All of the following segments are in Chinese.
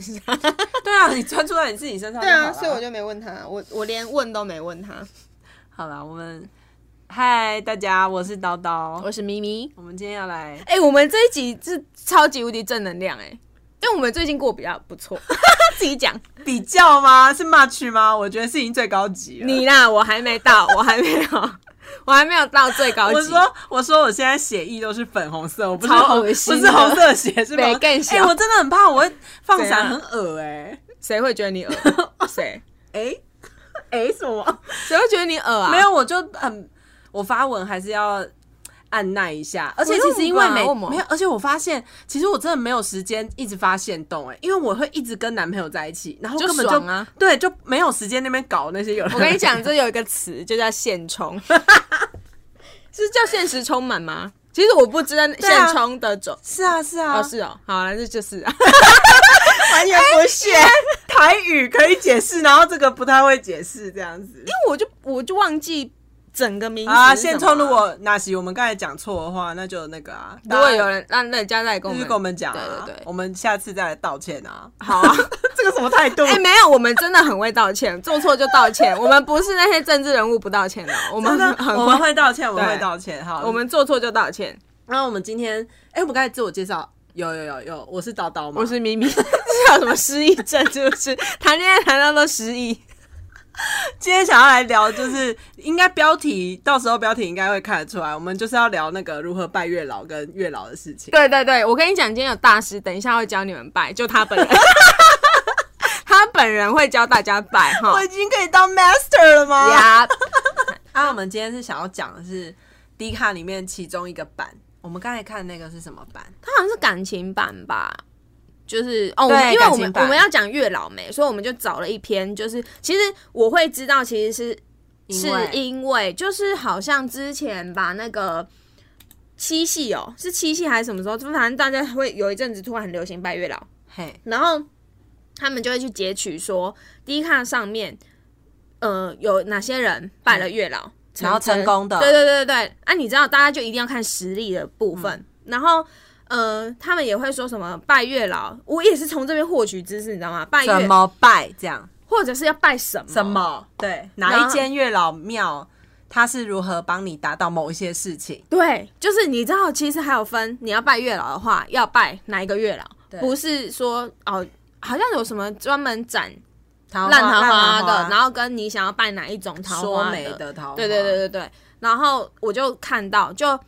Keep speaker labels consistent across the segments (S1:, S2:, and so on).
S1: 上。
S2: 对啊，你专注在你自己身上就
S1: 对
S2: 好
S1: 啊，
S2: 了。
S1: 所以我就没问他，我我连问都没问他。
S2: 好了，我们嗨大家，我是叨叨，
S1: 我是咪咪。
S2: 我们今天要来
S1: 哎、我们这一集是超级无敌正能量哎、因为我们最近过比较不错， 自己讲
S2: 比较吗？ 是 much 吗？我觉得是已经最高级了。
S1: 你啦，我还没到，我还没有， 我还没有到最高级。
S2: 我说，我说，我现在血液都是粉红色，我不是
S1: 超
S2: 红，
S1: 恶
S2: 不
S1: 心
S2: 是
S1: 的
S2: 红色血，是
S1: 没
S2: 吧？
S1: 更
S2: 哎、
S1: 小
S2: 我真的很怕，我会放
S1: 怎
S2: 闪，
S1: 样
S2: 很恶哎
S1: 谁会觉得你 恶？谁
S2: 哎哎什么？
S1: 谁会觉得你恶啊？
S2: 没有，我就很，我发文还是要按耐一下，而且
S1: 不
S2: 其
S1: 用
S2: 实因为
S1: 吧
S2: 每
S1: 为什么
S2: 没有，而且我发现，其实我真的没有时间一直发现动哎、因为我会一直跟男朋友在一起，然后
S1: 就
S2: 根本就
S1: 爽啊
S2: 对，就没有时间那边搞那些有人。
S1: 我跟你，讲，这有一个词就叫现 充，是叫现实充满吗？其实我不知道现充的种、
S2: 是啊是啊，
S1: 哦，是哦，好了，这就是啊，完全不屑。
S2: 台语可以解释，然后这个不太会解释这样子。
S1: 因为我就我就忘记整个名词
S2: 啊，
S1: 是什么
S2: 现充如果那西我们刚才讲错的话，那就那个啊，
S1: 如果有人让人家再
S2: 大家
S1: 跟我
S2: 就是
S1: 们
S2: 跟我们讲啊，
S1: 对对对，
S2: 我们下次再来道歉啊。
S1: 好啊。
S2: 这个什么态度？ 啊
S1: 哎、没有，我们真的很会道歉，做错就道歉。我们不是那些政治人物不道歉的，哦我
S2: 真
S1: 们
S2: 的，
S1: 很
S2: 我
S1: 会
S2: 们，会道歉，我们
S1: 对
S2: 会道歉。好，
S1: 我们做错就道歉。
S2: 那我们今天，哎，我们刚才自我介绍，有有有有，我是叨叨吗？
S1: 我是咪咪， 这有什么失忆症？是不是谈恋爱谈到都失忆？
S2: 今天想要来聊，就是 应该标题，到时候标题应该会看得出来，我们就是要聊那个如何拜月老跟月老的事情。
S1: 对对对，我跟你讲，今天有大师，等一下会教你们拜，就他本 人，他本人会教大家拜哈
S2: 我。已经可以当 master 了吗？
S1: 呀，
S2: 啊，我们今天是想要讲的是迪卡里面其中一个版，我们刚才看那个是什么版？
S1: 他好像是感情版吧。就是哦，我
S2: 对
S1: 们因为我
S2: 感情
S1: 们
S2: 版
S1: 我们要讲月老梅，所以我们就找了一篇，就是其实我会知道，其实是是
S2: 因为
S1: 因为就是好像之前吧，那个七夕哦，是七夕还是什么时候？就反正大家会有一阵子突然很流行拜月老，
S2: 嘿，
S1: 然后他们就会去截取说低卡上面，呃，有哪些人拜了月老，
S2: 嗯然后成功的
S1: 对对对对对。啊，你知道，大家就一定要看实力的部分，
S2: 嗯
S1: 然后。呃，他们也会说什么拜月老，我也是从这边获取知识，你知道吗？拜
S2: 怎
S1: 月，
S2: 么拜这样？
S1: 或者是要拜什么？
S2: 什？么？对，哪一间月老庙，它是如何帮你达到某一些事情？
S1: 对，就是你知道，其实还有分，你要拜月老的话，要拜哪一个月
S2: 对
S1: 老？不是说哦，好像有什么专门斩
S2: 桃花
S1: 烂桃花
S2: 哦烂
S1: 的，然后跟你想要拜哪一种桃
S2: 说
S1: 花
S2: 媒的桃花，
S1: 对对对对对。然后我就看到，就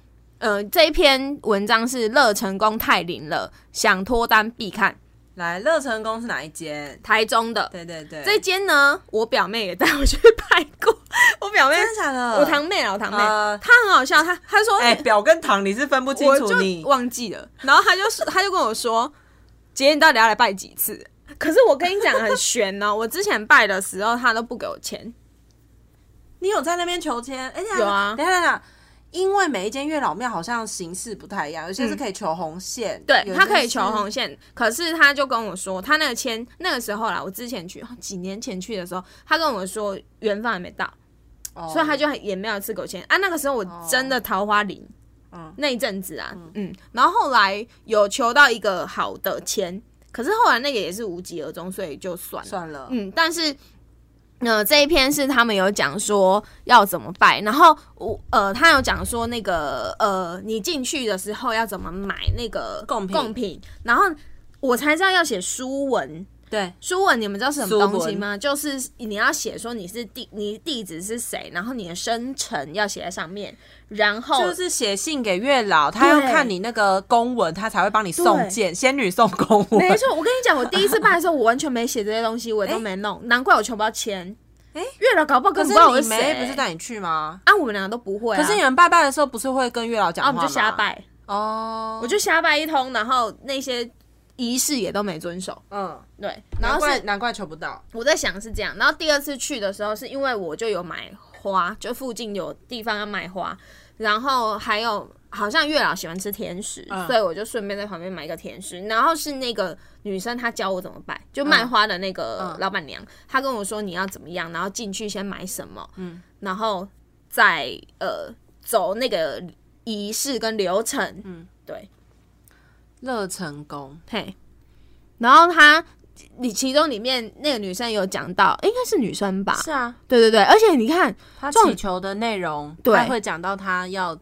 S1: 呃这一篇文章是乐成功太灵了，想脱单必看
S2: 来，乐成宫是哪一间？
S1: 台中的
S2: 对对对，
S1: 这间呢，我表妹也带我去拍过， 我表妹。
S2: 真的假的？
S1: 我堂妹啊啦，我堂妹，
S2: 呃
S1: 她很好笑，她她说，欸
S2: 哎，表跟堂你是分不清
S1: 我
S2: 楚你
S1: 就。忘记了，然后她就说她就跟我说，姐你到底要来拜几次？可是我跟你讲很悬哦，我之前拜的时候她都不给我钱，
S2: 你有在那边求签？哎、等一下
S1: 有啊
S2: 等一下等一下，因为每一间月老庙好像形式不太一样，有些是可以求红线，
S1: 嗯对
S2: 有些
S1: 他可以
S2: 是
S1: 求红线，可是他就跟我说，他那个签那个时候啦，我之前去几年前去的时候，他跟我说缘分还没到，
S2: 哦
S1: 所以他就也没有吃狗签啊。那个时候我真的桃花林，
S2: 嗯
S1: 那一阵子啊，嗯然后后来有求到一个好的签，可是后来那个也是无疾而终，所以就算了。
S2: 算了。
S1: 嗯，但是。呃，这一篇是他们有讲说要怎么拜，然后我呃，他有讲说那个呃，你进去的时候要怎么买那个
S2: 贡品
S1: 贡品，然后我才知道要写书文。
S2: 对，
S1: 书文你们知道是什
S2: 书
S1: 么
S2: 文
S1: 东西吗？就是你要写说你是地，你地址是谁，然后你的生辰要写在上面，然后
S2: 就是 写信给月老，他要
S1: 对
S2: 看你那个公文，他才会帮你送件。仙女送公文，
S1: 没错，我跟你讲，我第一次拜的时候，我完全没写这些东西，我也都没弄，难怪我求不到签。
S2: 哎
S1: 月老搞不好
S2: 可
S1: 根本不知道我
S2: 是
S1: 是
S2: 你
S1: 谁
S2: 妹，不是带你去吗？
S1: 啊，我们两个都不会、啊。
S2: 可是你们拜拜的时候不是会跟月老讲
S1: 啊，
S2: 话吗？
S1: 我们就瞎拜，
S2: 哦，
S1: 我就瞎拜一通，然后那些仪式也都没遵守。
S2: 嗯，
S1: 对，然
S2: 难
S1: 后
S2: 怪
S1: 是
S2: 难怪求不到。
S1: 我在想是这样，然后第二次去的时候是因为我就有买花，就附近有地方要卖花，然后还有好像月老喜欢吃甜食，
S2: 嗯
S1: 所以我就顺便在旁边买一个甜食。然后是那个女生她教我怎么拜，就卖花的那个老板娘，她跟我说你要怎么样，然后进去先买什么，
S2: 嗯
S1: 然后再呃走那个仪式跟流程，
S2: 嗯
S1: 对，
S2: 乐成功，
S1: 嘿，然后他你其中里面那个女生有讲到，应该是女生吧？
S2: 是啊，
S1: 对对对，而且你看，
S2: 他
S1: 重
S2: 祈求的内容，
S1: 对
S2: 他会讲到他要，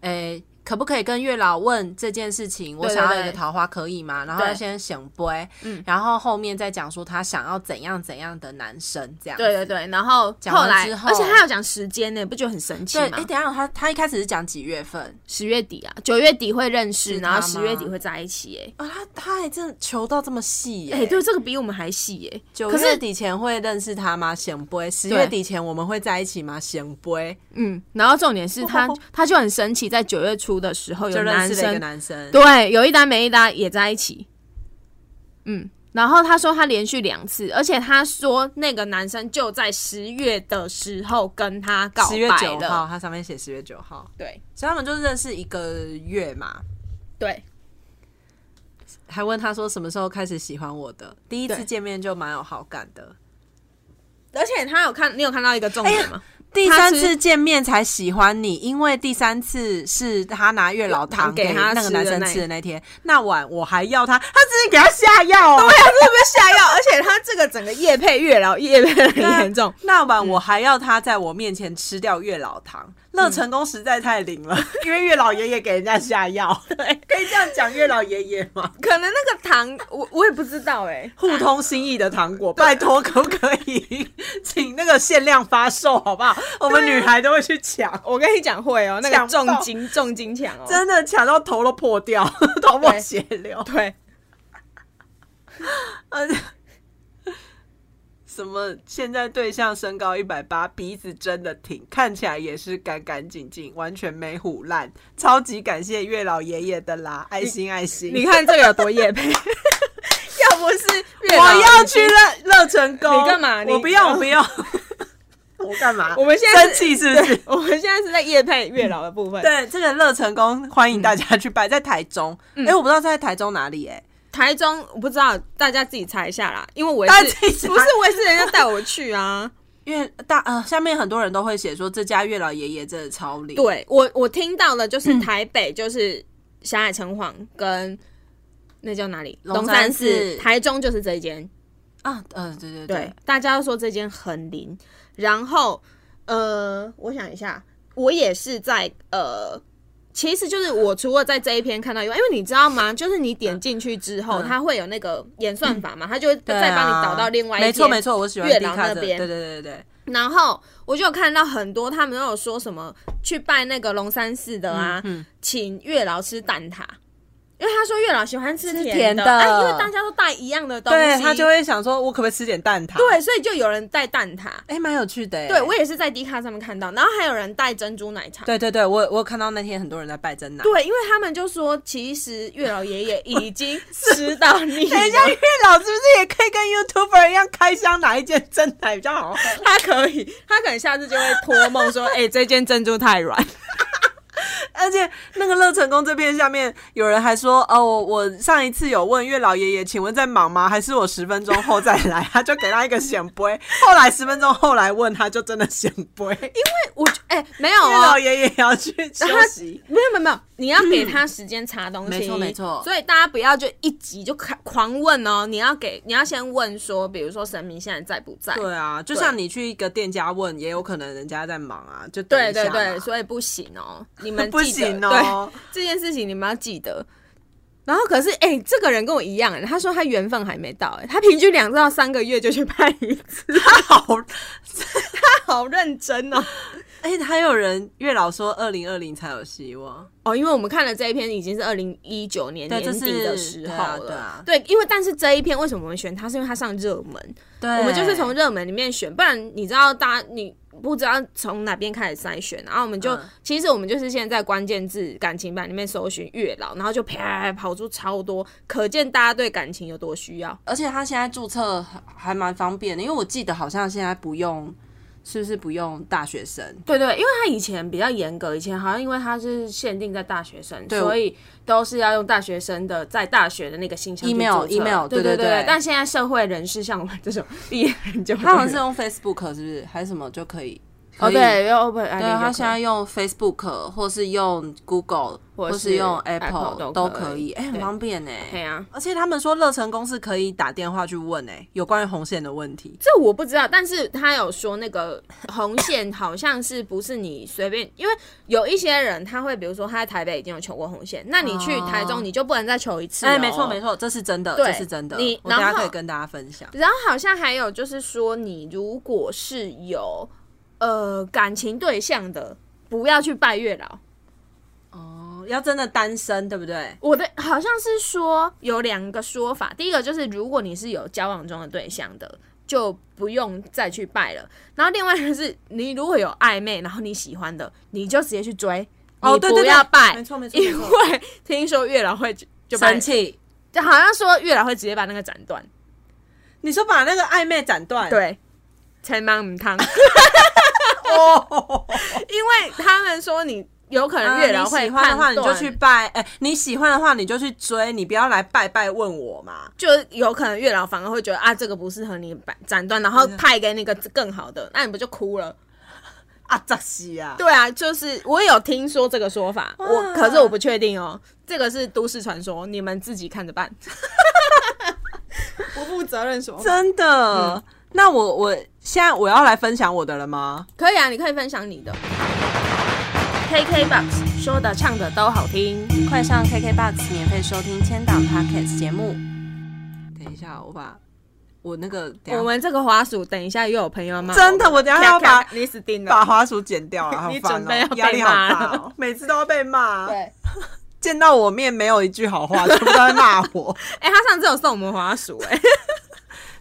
S2: 诶、可不可以跟月老问这件事情？我
S1: 对对
S2: 想要一个
S1: 对
S2: 桃花，可以吗？然后
S1: 对
S2: 他先醒杯，
S1: 嗯
S2: 然后后面再讲说他想要怎样怎样的男生，这样子
S1: 对对对，然后
S2: 讲
S1: 后
S2: 完
S1: 来
S2: 之，后
S1: 而且他有讲时间呢，不就很神奇
S2: 对。哎、
S1: 吗？
S2: 等一下他他一开始是讲几月份
S1: 十月底啊，九月底会认识，
S2: 是
S1: 然后
S2: 他
S1: 十
S2: 吗
S1: 月底会在一起、欸。
S2: 啊？他他还真的求到这么细耶、
S1: 哎、对，这个比我们还细耶、
S2: 九
S1: 可
S2: 月
S1: 是，
S2: 底前会认识他吗？显杯。十
S1: 对
S2: 月底前我们会在一起吗？显杯。
S1: 嗯，然后重点是他
S2: 哦，
S1: 他就很神奇，在九月初的时候有
S2: 就认
S1: 男
S2: 识了一个
S1: 生，
S2: 男生。
S1: 对，有一搭没一搭也在一起。嗯，然后他说他连续两次，而且他说那个男生就在十月的时候跟他告
S2: 十月
S1: 白
S2: 九号，
S1: 了，
S2: 他上面写十月九号，
S1: 对
S2: 所以他们就认识一个月嘛。
S1: 对，
S2: 还问他说什么时候开始喜欢我的，第一
S1: 对
S2: 次见面就蛮有好感的，
S1: 而且他有看，你有看到一个重点吗？
S2: 第
S1: 他
S2: 三
S1: 其实
S2: 次见面才喜欢你，因为第三次是他拿月老糖
S1: 给
S2: 他
S1: 他
S2: 那
S1: 吃
S2: 个
S1: 的
S2: 男生
S1: 那一
S2: 吃的那天，那晚我还要他，他只是给他下药 哦、
S1: 他是不是下药？而且他这个整个夜配月老夜配得很严重，
S2: 啊那晚我还要他在我面前吃掉月老糖，乐成功实在太灵了，因为月老爷爷给人家下药， 对，可以这样讲月老爷爷吗？
S1: 可能那个糖我我也不知道哎、
S2: 互通心意的糖果，拜托可不可以请那个限量发售，好不好？我们女孩都会去抢，
S1: 我跟你讲会哦，那个
S2: 抢
S1: 重
S2: 爆
S1: 金重金抢哦，
S2: 真的抢到头都破掉， 头破血流。
S1: 对，
S2: 呃，什么？现在对象身高一百八，鼻子真的挺，看起来也是干干净净，完全没虎烂。超级感谢月老爷爷的啦，爱心爱心。
S1: 你看这个有多夜 配，要不是
S2: 我
S1: 月老
S2: 要去乐乐成功，
S1: 你干嘛你
S2: 我不要，我不要， 我干嘛？
S1: 我们现在是
S2: 生气是不是？
S1: 我们现在是在夜配月老的部分。，
S2: 对，这个乐成功欢迎大家去拜，在台中。哎、
S1: 嗯
S2: 我不知道在台中哪里哎、
S1: 台中我不知道，大家自己猜一下啦，因为我也
S2: 大家
S1: 是
S2: 自己猜
S1: 不是我也是人家带我去 啊。
S2: 因为大呃，下面很多人都会写说这家月老爷爷真的超灵。，
S1: 对我我听到的就是台北就是霞海城隍跟那叫哪里
S2: 龙
S1: 龙
S2: 山
S1: 山
S2: 寺
S1: 寺，台中就是这一间。
S2: 啊，呃，对对对，
S1: 对，大家都说这间很灵。然后，呃，我想一下，我也是在呃，其实就是我除了在这一篇看到以外，因为你知道吗？就是你点进去之后，
S2: 嗯
S1: 它会有那个演算法嘛，它就会
S2: 对啊
S1: 再帮你导到另外一篇。
S2: 没错没错，我喜欢
S1: 月
S2: D
S1: 老
S2: 卡
S1: 那
S2: 的，对
S1: 边
S2: 对对对对，
S1: 然后我就有看到很多他们都有说什么去拜那个龙山寺的啊，
S2: 嗯，
S1: 请月老吃蛋挞。因为他说月老喜欢吃
S2: 吃
S1: 甜
S2: 甜的
S1: 啊，因为大家都带一样的东西，
S2: 对他就会想说，我可不可以吃点蛋挞？，
S1: 对，所以就有人带蛋挞，
S2: 哎、蛮有趣的、欸。
S1: 对我也是在 D 卡上面看到，然后还有人带珍珠奶茶。
S2: 对对对，我我有看到那天很多人在拜真奶。
S1: 对因为他们就说，其实月老爷爷已经知道你了，
S2: 等一下，月老是不是也可以跟 YouTuber 一样开箱哪一件真奶比较好喝？
S1: 他可以，他可能下次就会托梦说，哎、这件珍珠太软。
S2: 而且那个乐成功这篇下面有人还说，哦，我我上一次有问月老爷爷，请问在忙吗？还是我十分钟后再来？ 他就给他一个显杯，后来十分钟后来问，他就真的显杯。月
S1: 我就哎、没有啊、
S2: 老爷爷也要去休息，
S1: 没有没有没有，你要给他时间查东西，
S2: 没错没错
S1: 所以大家不要就一急就狂狂问哦，你要给你要先问说，比如说神明现在在不在？
S2: 对啊，就像你去一个店家问，也有可能人家在忙啊，就等
S1: 对
S2: 一下
S1: 对
S2: 嘛
S1: 对，所以不行哦，你们
S2: 不
S1: 记得
S2: 行哦
S1: 对这件事情你们要记得。然后可是，哎、这个人跟我一样，他说他缘分还没到、哎，他平均两到三个月就去拜一 次，
S2: 他好，
S1: 他好认真哦。
S2: 哎、还有人月老说二零二零才有希望，
S1: 哦，因为我们看了这一篇已经是二零一九年
S2: 对
S1: 年
S2: 这是
S1: 底的时候
S2: 对
S1: 了
S2: 啊，
S1: 对，因为但是这一篇为什么我们选它，是因为它上热门，
S2: 对，
S1: 我们就是从热门里面选，不然你知道大家你不知道从哪边开始筛选，然后我们就、
S2: 嗯
S1: 其实我们就是现在关键字感情版里面搜寻月老，然后就啪跑出超多，可见大家对感情有多需要。
S2: 而且他现在注册还还蛮方便的，因为我记得好像现在不用，是不是不用大学生？
S1: 对对，因为他以前比较严格，以前好像因为他是限定在大学生，
S2: 对
S1: 所以都是要用大学生的在大学的那个信箱去
S2: Email，
S1: 注册
S2: email，
S1: 对
S2: 对
S1: 对
S2: 对对
S1: 但现在社会人士像我们这种毕业很久的人，
S2: 他好像是用 Facebook 是不是？还是什么就可以
S1: 哦，
S2: 可以。
S1: 对，用 Open
S2: 对啊
S1: ID
S2: 他现在用 Facebook 或是用 Google
S1: 或
S2: 或
S1: 是
S2: 是用
S1: Apple 都
S2: 都
S1: 可
S2: 可
S1: 以
S2: 以，哎，很
S1: 对
S2: 方便哎。
S1: 对啊，
S2: 而且他们说乐成公司可以打电话去问哎、有关于红线的问题。
S1: 这我不知道，但是他有说那个红线好像是不是你随便，因为有一些人他会，比如说他在台北已经有求过红线，那你去台中你就不能再求一次、哦。
S2: 哦哎、没错没。错，这是真的，
S1: 对
S2: 这是真的。
S1: 你
S2: 我等下
S1: 然后
S2: 可以跟大家分享。
S1: 然后好像还有就是说，你如果是有呃感情对象的，不要去拜月老。
S2: 哦，要真的单身，对不对？
S1: 我的好像是说有两个说法，第一个就是如果你是有交往中的对象的，就不用再去拜了。然后另外一个是你如果有暧昧，然后你喜欢的，你就直接去追，
S2: 哦
S1: 你
S2: 对
S1: 不
S2: 对对
S1: 要拜，
S2: 没错没错没
S1: 因
S2: 错
S1: 为听说月老会就就把
S2: 生，气，
S1: 就好像说月老会直接把那个斩断，
S2: 你说把那个暧昧斩断，，
S1: 对，才忙唔汤，
S2: 哦，啊
S1: 因为他们说你有可能月老
S2: 你
S1: 会
S2: 喜欢的
S1: 判
S2: 话
S1: 断，
S2: 你就去拜，哎、你喜欢的话你就去追，你不要来拜拜问我嘛。
S1: 就有可能月老反而会觉得啊，这个不适合你斩斩断，然后派给你个更好的，那你不就哭了？
S2: 啊，扎西啊，
S1: 对啊，就是我有听说这个说法，我可是我不确定哦，这个是都市传说，你们自己看着 办。不负责任说法
S2: 真的。
S1: 嗯
S2: 那我我现在我要来分享我的了吗？
S1: 可以啊，你可以分享你的。KKBOX 说的唱的都好听，
S2: 快上 KKBOX 免费收听千档 Podcast 节目。等一下，我把我那个等一下
S1: 我们这个滑鼠等一下又有朋友要骂们，
S2: 真的我等一下要把
S1: 咔咔你死定
S2: 把
S1: 了。
S2: 滑鼠剪掉了，好
S1: 你
S2: 烦
S1: 准
S2: 哦、
S1: 备要
S2: 压
S1: 被
S2: 力好
S1: 骂
S2: 大
S1: 了
S2: 哦、每次都要被骂。
S1: 对，
S2: 见到我面没有一句好话，全部都在骂 我。
S1: 哎、他上次有送我们滑鼠、 哎，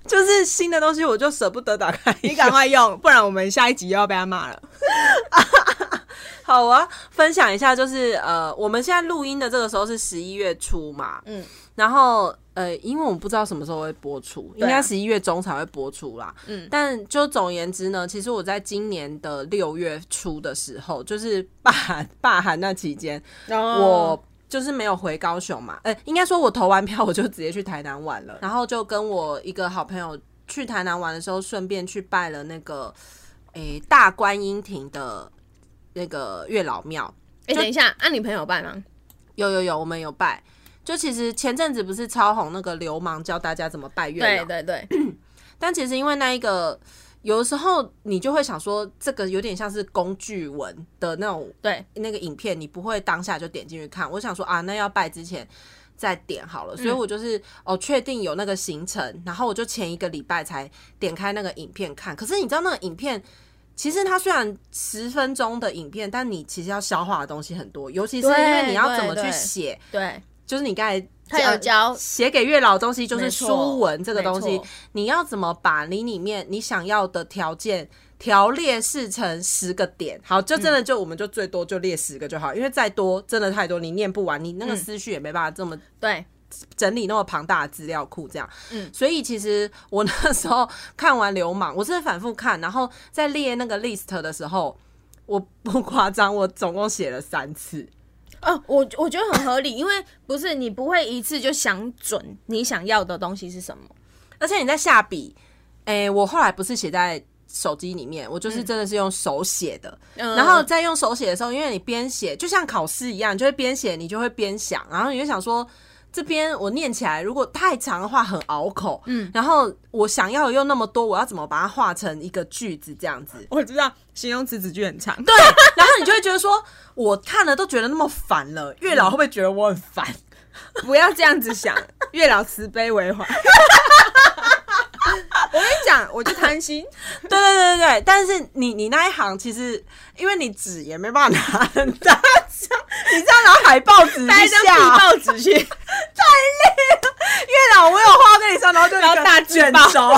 S2: 就是新的东西，我就舍不得打开。
S1: 你赶快用，不然我们下一集又要被他骂了。
S2: 好，我要分享一下，就是呃，我们现在录音的这个时候是十一月初嘛，
S1: 嗯
S2: 嗯，然后呃，因为我们不知道什么时候会播出，
S1: 对啊
S2: 应该十一月中才会播出啦，
S1: 嗯
S2: 嗯，但就总而言之呢，其实我在今年的六月初的时候，就是罢韩罢韩那期间，
S1: 然
S2: 我就是没有回高雄嘛，呃，应该说我投完票我就直接去台南玩了，然后就跟我一个好朋友去台南玩的时候，顺便去拜了那个诶、大观音亭的那个月老庙，
S1: 哎、等一下，按、你朋友办吗？
S2: 有有有，我们有拜。就其实前阵子不是超红那个流氓教大家怎么拜月老
S1: 对，对对，
S2: 但其实因为那一个。有的时候你就会想说，这个有点像是工具文的那种
S1: 对，
S2: 那个影片，你不会当下就点进去看。我想说啊，那要拜之前再点好了，所
S1: 嗯
S2: 以我就是、哦，确定有那个行程，然后我就前一个礼拜才点开那个影片看。可是你知道那个影片，其实它虽然十分钟的影片，但你其实要消化的东西很多，尤其是因
S1: 对
S2: 为你要怎么
S1: 对
S2: 去
S1: 对
S2: 写，
S1: 对，
S2: 就是你刚才
S1: 他有
S2: 呃
S1: 教
S2: 写给月老的东西就
S1: 没
S2: 是
S1: 错
S2: 书文这个东
S1: 没
S2: 西
S1: 错，
S2: 你要怎么把你里面你想要的条件条列式成十个点？好，就真的就我们就最多就列十个就好，因为再多真的太多，你念不完，你那
S1: 嗯
S2: 个思绪也没办法这么
S1: 对，
S2: 整理那么庞大的资料库，这样。
S1: 嗯
S2: 嗯，所以其实我那时候看完《流氓》，我真的反复看，然后在列那个 list 的时候，我不夸张，我总共写了三次。
S1: 哦，我我觉得很合理，因为不是你不会一次就想准你想要的东西是什么。
S2: 而且你在下笔，诶，我后来不是写在手机里面，我就是真的是用手写的。
S1: 嗯
S2: 然后在用手写的时候，因为你边写，就像考试一样，你就会边写，你就会边想，然后你就想说。这边我念起来，如果太长的话很拗口，嗯，然后我想要又那么多，我要怎么把它画成一个句子这样子？
S1: 我知道形容词子句很长，
S2: 对，然后你就会觉得说，我看了都觉得那么烦了，月老会不会觉得我很烦？
S1: 不要这样子 想，月老慈悲为怀。我跟你讲， 我就贪心，
S2: 对对对对对，但是你你那一行其实，因为你纸也没办法拿很大张，你这样拿海报纸
S1: 带
S2: 一
S1: 一张
S2: 下
S1: 皮，报纸去，
S2: 月老我有画在你上，然后就
S1: 然后
S2: 一个
S1: 大字
S2: 卷
S1: 报
S2: 轴，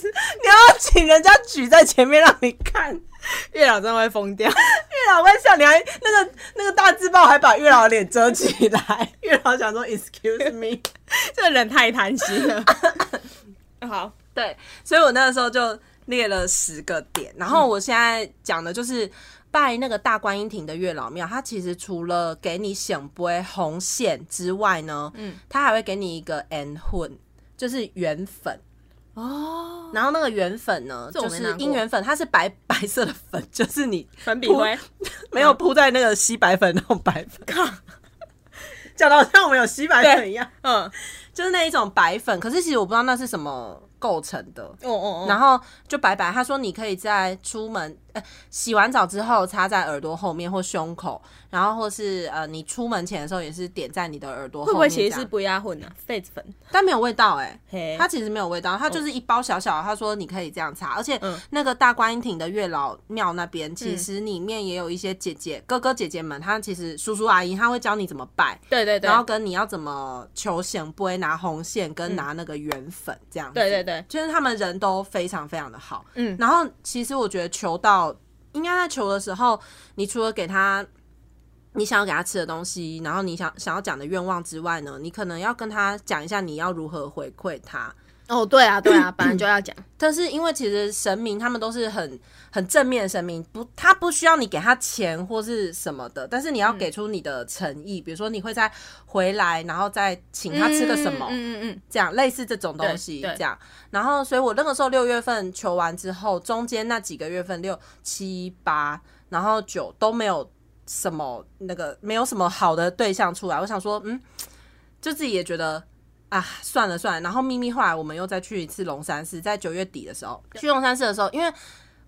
S2: 你要请人家举在前面让你看，月
S1: 月老真的会疯掉。
S2: 老微笑，你还那个那个大字报还把月老的脸遮起来， 月老想说 excuse me。
S1: 这人太贪心了。好，
S2: 对，所以我那个时候就列了十个点，然后我现在讲的就是拜那个大观音亭的月老庙，它其实除了给你显杯红线之外呢，嗯，它还会给你一个 N 混，就是缘粉。
S3: 哦，
S2: 然后那个圆粉呢，
S1: 这我
S2: 就
S1: 没
S2: 是
S1: 拿过
S2: 姻缘粉，它是白 白色的粉，就是你
S1: 粉笔
S2: 铺
S1: 灰，
S2: 没有铺在那个吸白粉那种白粉， 讲的好像我们有吸白粉一样，
S1: 嗯，
S2: 就是那一种白粉。可是其实我不知道那是什么构成的。
S1: 哦哦
S2: 然
S1: 哦，
S2: 后就白白，他说你可以在出门，呃，洗完澡之后擦在耳朵后面或胸口，然后或是呃，你出门前的时候也是点在你的耳朵后
S1: 会
S2: 面
S1: 不
S2: 这样。
S1: 会其实是不压混啊？痱子粉，
S2: 但没有味道哎、
S1: 嘿，
S2: 它其实没有味道，它就是一包小小的。他说你可以这样擦，而且
S1: 嗯
S2: 那个大观音亭的月老庙那边，其实里面也有一些姐姐、哥哥、姐姐们，他其实叔叔阿姨他会教你怎么拜，
S1: 对对对
S2: 然，后跟你要怎么求显杯，拿红线跟拿那个圆粉这样子。
S1: 嗯对对对，
S2: 就是他们人都非常非常的好。
S1: 嗯
S2: 然后其实我觉得求到应该在求的时候，你除了给他你想要给他吃的东西，然后你想想要讲的愿望之外呢，你可能要跟他讲一下你要如何回馈他。
S1: 哦对啊对啊，本来就要讲，
S2: 但是因为其实神明他们都是很很正面的神明，不他不需要你给他钱或是什么的，但是你要
S1: 嗯
S2: 给出你的诚意，比如说你会再回来，然后再请他吃个什么，
S1: 嗯嗯嗯嗯，
S2: 这样类似这种东西
S1: 对对
S2: 这样。然后，所以我那个时候六月份求完之后，中间那几个月份六七八，然后九都没有什么那个没有什么好的对象出来。我想说，嗯，就自己也觉得。啊，算了算了，然后秘密后来我们又再去一次龙山寺，在九月底的时候去龙山寺的时候，因为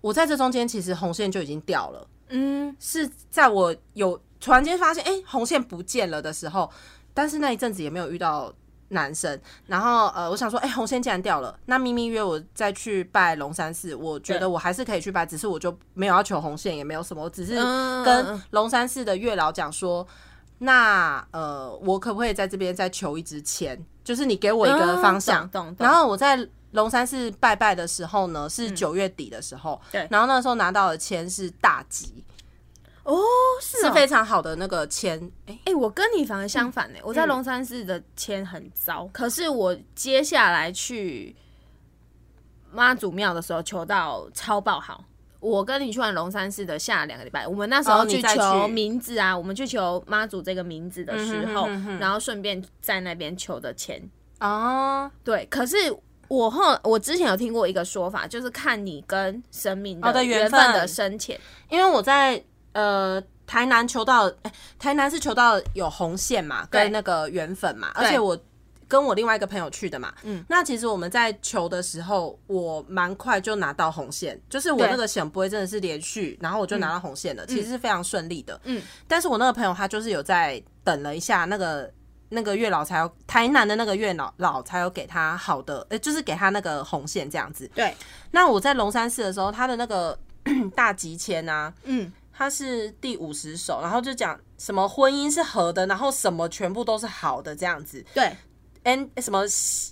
S2: 我在这中间其实红线就已经掉了，
S1: 嗯，
S2: 是在我有突然间发现，哎、红线不见了的时候，但是那一阵子也没有遇到男生。然后呃，我想说，哎、红线竟然掉了，那咪咪约我再去拜龙山寺，我觉
S1: 对
S2: 得我还是可以去拜，只是我就没有要求红线，也没有什么，我只是
S1: 嗯
S2: 跟龙山寺的月老讲说。那呃，我可不可以在这边再求一支签？就是你给我一个
S1: 嗯
S2: 方向，
S1: 懂懂懂
S2: 然后我在龙山寺拜拜的时候呢，是九月底的时候，
S1: 对
S2: 然后那时候拿到的签是大吉，
S1: 哦是
S2: 是
S1: 哦
S2: 非常好的那个签，哎、
S1: 哎、我跟你反而
S2: 嗯
S1: 相反呢、我在龙山寺的签很糟，可是我接下来去妈祖庙的时候求到超爆好。我跟你去完龙山寺的下两个礼拜，我们那时
S2: 哦
S1: 候
S2: 你
S1: 去
S2: 再
S1: 求
S2: 去
S1: 名字啊，我们去求妈祖这个名字的时候，
S2: 嗯哼嗯哼
S1: 然后顺便在那边求的签。
S2: 哦
S1: 对，可是我后我之前有听过一个说法，就是看你跟神明
S2: 哦
S1: 的
S2: 对缘
S1: 缘
S2: 分
S1: 分的深浅。
S2: 因为我在呃台南求到，哎、台南是求到有红线嘛，
S1: 对
S2: 跟那个缘粉嘛，
S1: 对
S2: 而且我。跟我另外一个朋友去的嘛，嗯，那其实我们在求的时候，我蛮快就拿到红线，就是我
S1: 对
S2: 那个显不会真的是连续，然后我就拿到红线了，其实是非常顺利的，
S1: 嗯，
S2: 但是我那个朋友他就是有在等了一下，那个那个月老才有台南的那个月老老才有给他好的，呃，就是给他那个红线这样子，
S1: 对，
S2: 那我在龙山寺的时候，他的那个 大吉签啊，
S1: 嗯，
S2: 它是第五十首，然后就讲什么婚姻是合的，然后什么全部都是好的这样子。
S1: 对，
S2: and 什么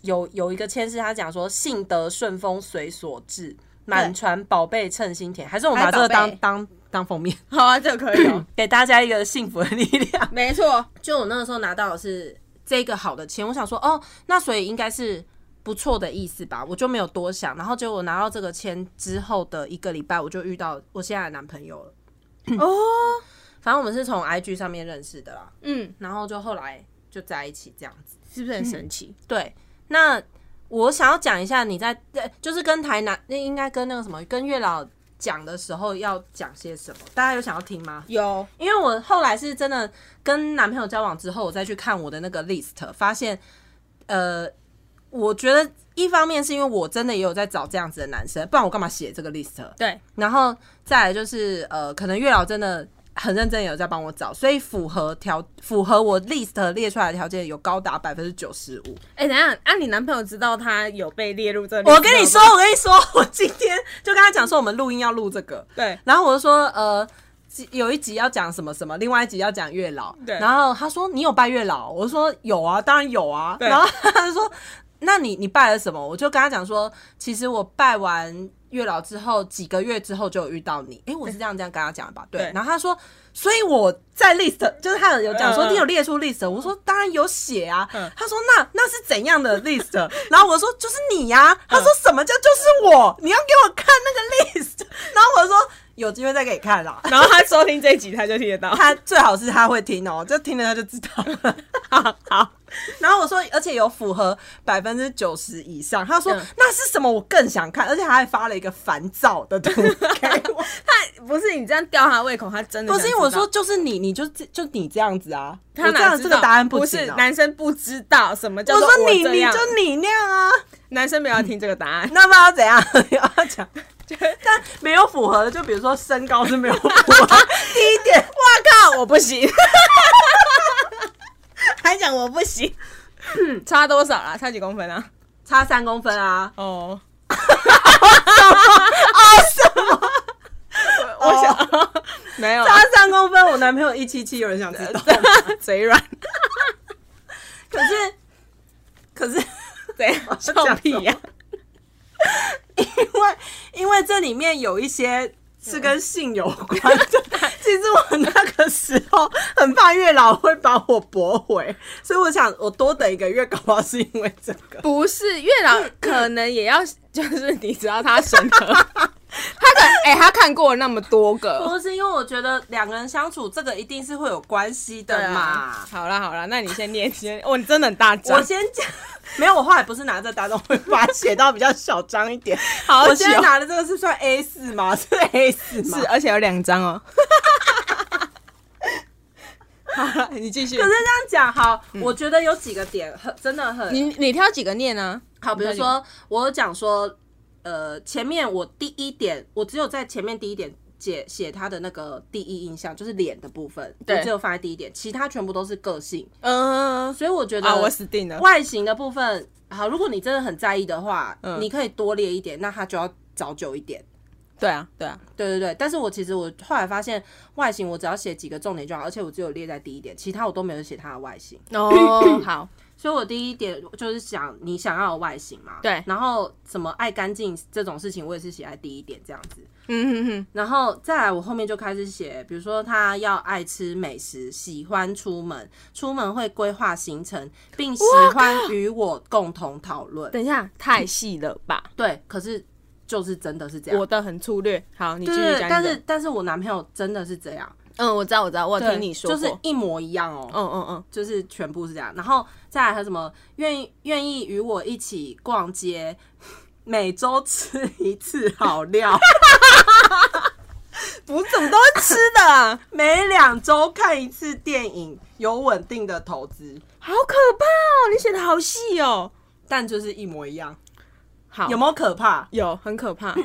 S2: 有有一个签是他讲说幸得顺风随所至，满船宝贝称心甜，还是我们把这个
S1: 还宝
S2: 当
S1: 贝
S2: 当当封面，
S1: 好啊，这个可以哦，
S2: 给大家一个幸福的力量。
S1: 没错，
S2: 就我那个时候拿到的是这个好的签，我想说哦，那所以应该是不错的意思吧，我就没有多想。然后结果我拿到这个签之后的一个礼拜，我就遇到我现在的男朋友 了。
S1: 哦，
S2: 反正我们是从 IG 上面认识的啦，
S1: 嗯，
S2: 然后就后来就在一起这样子。
S1: 是不是很
S2: 嗯
S1: 神奇？
S2: 对，那我想要讲一下你在，呃就是跟台南，那应该跟那个什么，跟月老讲的时候要讲些什么？大家有想要听吗？
S1: 有，
S2: 因为我后来是真的跟男朋友交往之后，我再去看我的那个 list，发现，呃，我觉得一方面是因为我真的也有在找这样子的男生，不然我干嘛写这个 list？
S1: 对，
S2: 然后再来就是呃，可能月老真的很认真有在帮我找，所以符合条符合我 list 列出来的条件有高达百分之九十五。
S1: 哎、等一下，啊，你男朋友知道他有被列入这里？
S2: 我跟你说，，我跟你说，我今天就跟他讲说我们录音要录这个，
S1: 对，
S2: 然后我就说呃。有一集要讲什么什么，另外一集要讲月老。
S1: 对
S2: 然后他说你有拜月老，我说有啊，当然有啊。
S1: 对
S2: 然后他就说那你你拜了什么？我就跟他讲说，其实我拜完月老之后，几个月之后就有遇到你。诶，我是这样这样跟他讲的吧？对。
S1: 对
S2: 然后他说，所以我在 list 就是他有讲说
S1: 嗯嗯
S2: 你有列出 list，我说当然有写啊。
S1: 嗯
S2: 他说那那是怎样的 list？然后我说
S1: 嗯
S2: 就是你呀、他说什么叫就是我？你要给我看那个 list？然后我说有机会再给你看啦。
S1: 然后他收听这一集，他就听得到。
S2: 他最好是他会听哦、就听了他就知道了。
S1: 好，好
S2: 然后我说，而且有符合百分之九十以上。他说、
S1: 嗯
S2: 那是什么？我更想看，而且他还发了一个烦躁的 图给我。
S1: 他不是你这样吊他胃口，他真的
S2: 不是因为
S1: 想
S2: 我
S1: 知道
S2: 说，就是你，你就这就你这样子啊。
S1: 他
S2: 我这
S1: 哪
S2: 样
S1: 知
S2: 这个
S1: 道
S2: 答案不
S1: 是
S2: 行、啊。
S1: 男生不知道什么叫
S2: 我
S1: 做
S2: 说你，
S1: 这
S2: 你
S1: 样
S2: 就你那样啊，
S1: 男生不要听这个 答案。
S2: 那不然要怎样？ 要讲，但没有符合的，就比如说身高是没有符合 第一点，
S1: 我靠，我不行，还讲我不行，差多少啦？差几公分啊？
S2: 差三公分啊。
S1: 哦，
S2: 我想
S1: 没有，啊
S2: 差三公分，我男朋友一七七，有人想知道吗？
S1: 嘴软，
S2: 可是， 可是。
S1: 怎 样？
S2: 讲什
S1: 臭
S2: 么
S1: 屁啊 呀！
S2: 因为因为这里面有一些是跟性有关的。其实我那个时候很怕月老会把我驳回，所以我想我多等一个月，搞不好是因为这个。
S1: 不是月老，可能也要，就是你知道他审核，他 可哎、他看过那么多个，
S2: 不是因为我觉得两个人相处，这个一定是会有关系
S1: 对
S2: 的
S1: 啊
S2: 嘛。。
S1: 好啦好啦，那你先念，先，哦，你真的很大张
S2: 我，先讲， 没有，我后来不是拿这打动，我把它写到比较小张一点。
S1: 好
S2: 我
S1: 久
S2: 现在拿的这个是算 A 四吗？是 A 四吗？
S1: 是，而且有两张哦。 好了，你继续
S2: 可。是这样讲好，我觉得有几个点很真的很
S1: 嗯你你挑几个念啊？
S2: 好，比如说我有讲说，呃，前面我第一点，我只有在前面第一点写写他的那个第一印象，就是脸的部分，我
S1: 对
S2: 只有放在第一点，其他全部都是个性。
S1: 嗯、
S2: 所以我觉得
S1: 啊，我死定了。
S2: 外形的部分，好，如果你真的很在意的话，
S1: 嗯
S2: 你可以多列一点，那他就要早久一点。
S1: 对啊，对啊，
S2: 对对对，但是我其实我后来发现外形，我只要写几个重点就好，而且我只有列在第一点，其他我都没有写他的外形。
S1: 哦， 好，
S2: 所以我第一点就是想你想要的外形嘛，
S1: 对
S2: 然后什么爱干净这种事情，我也是写在第一点这样子。
S1: 嗯哼哼，
S2: 然后再来，我后面就开始写，比如说他要爱吃美食，喜欢出门，出门会规划行程，并喜欢与我共同讨论。
S1: 等一下，太细了吧？
S2: 对，可是就是真的是这样。
S1: 我的很粗略。好，你继
S2: 对对
S1: 续
S2: 对，
S1: 讲你的。
S2: 但是但是我男朋友真的是这样，
S1: 嗯，我知道，我知道，我有
S2: 对
S1: 听你说
S2: 就是
S1: 过。
S2: 一模一样哦。
S1: 嗯嗯嗯，
S2: 就是全部是这样。然后再来还有什么愿意愿意与我一起逛街，每周吃一次好料，
S1: 不是，怎么都是吃的啊，
S2: 每两周看一次电影，有稳定的投资，
S1: 好可怕哦！你写的好细哦。
S2: 但就是一模一样。
S1: 好，嗯
S2: 有没有可怕？
S1: 有很可怕。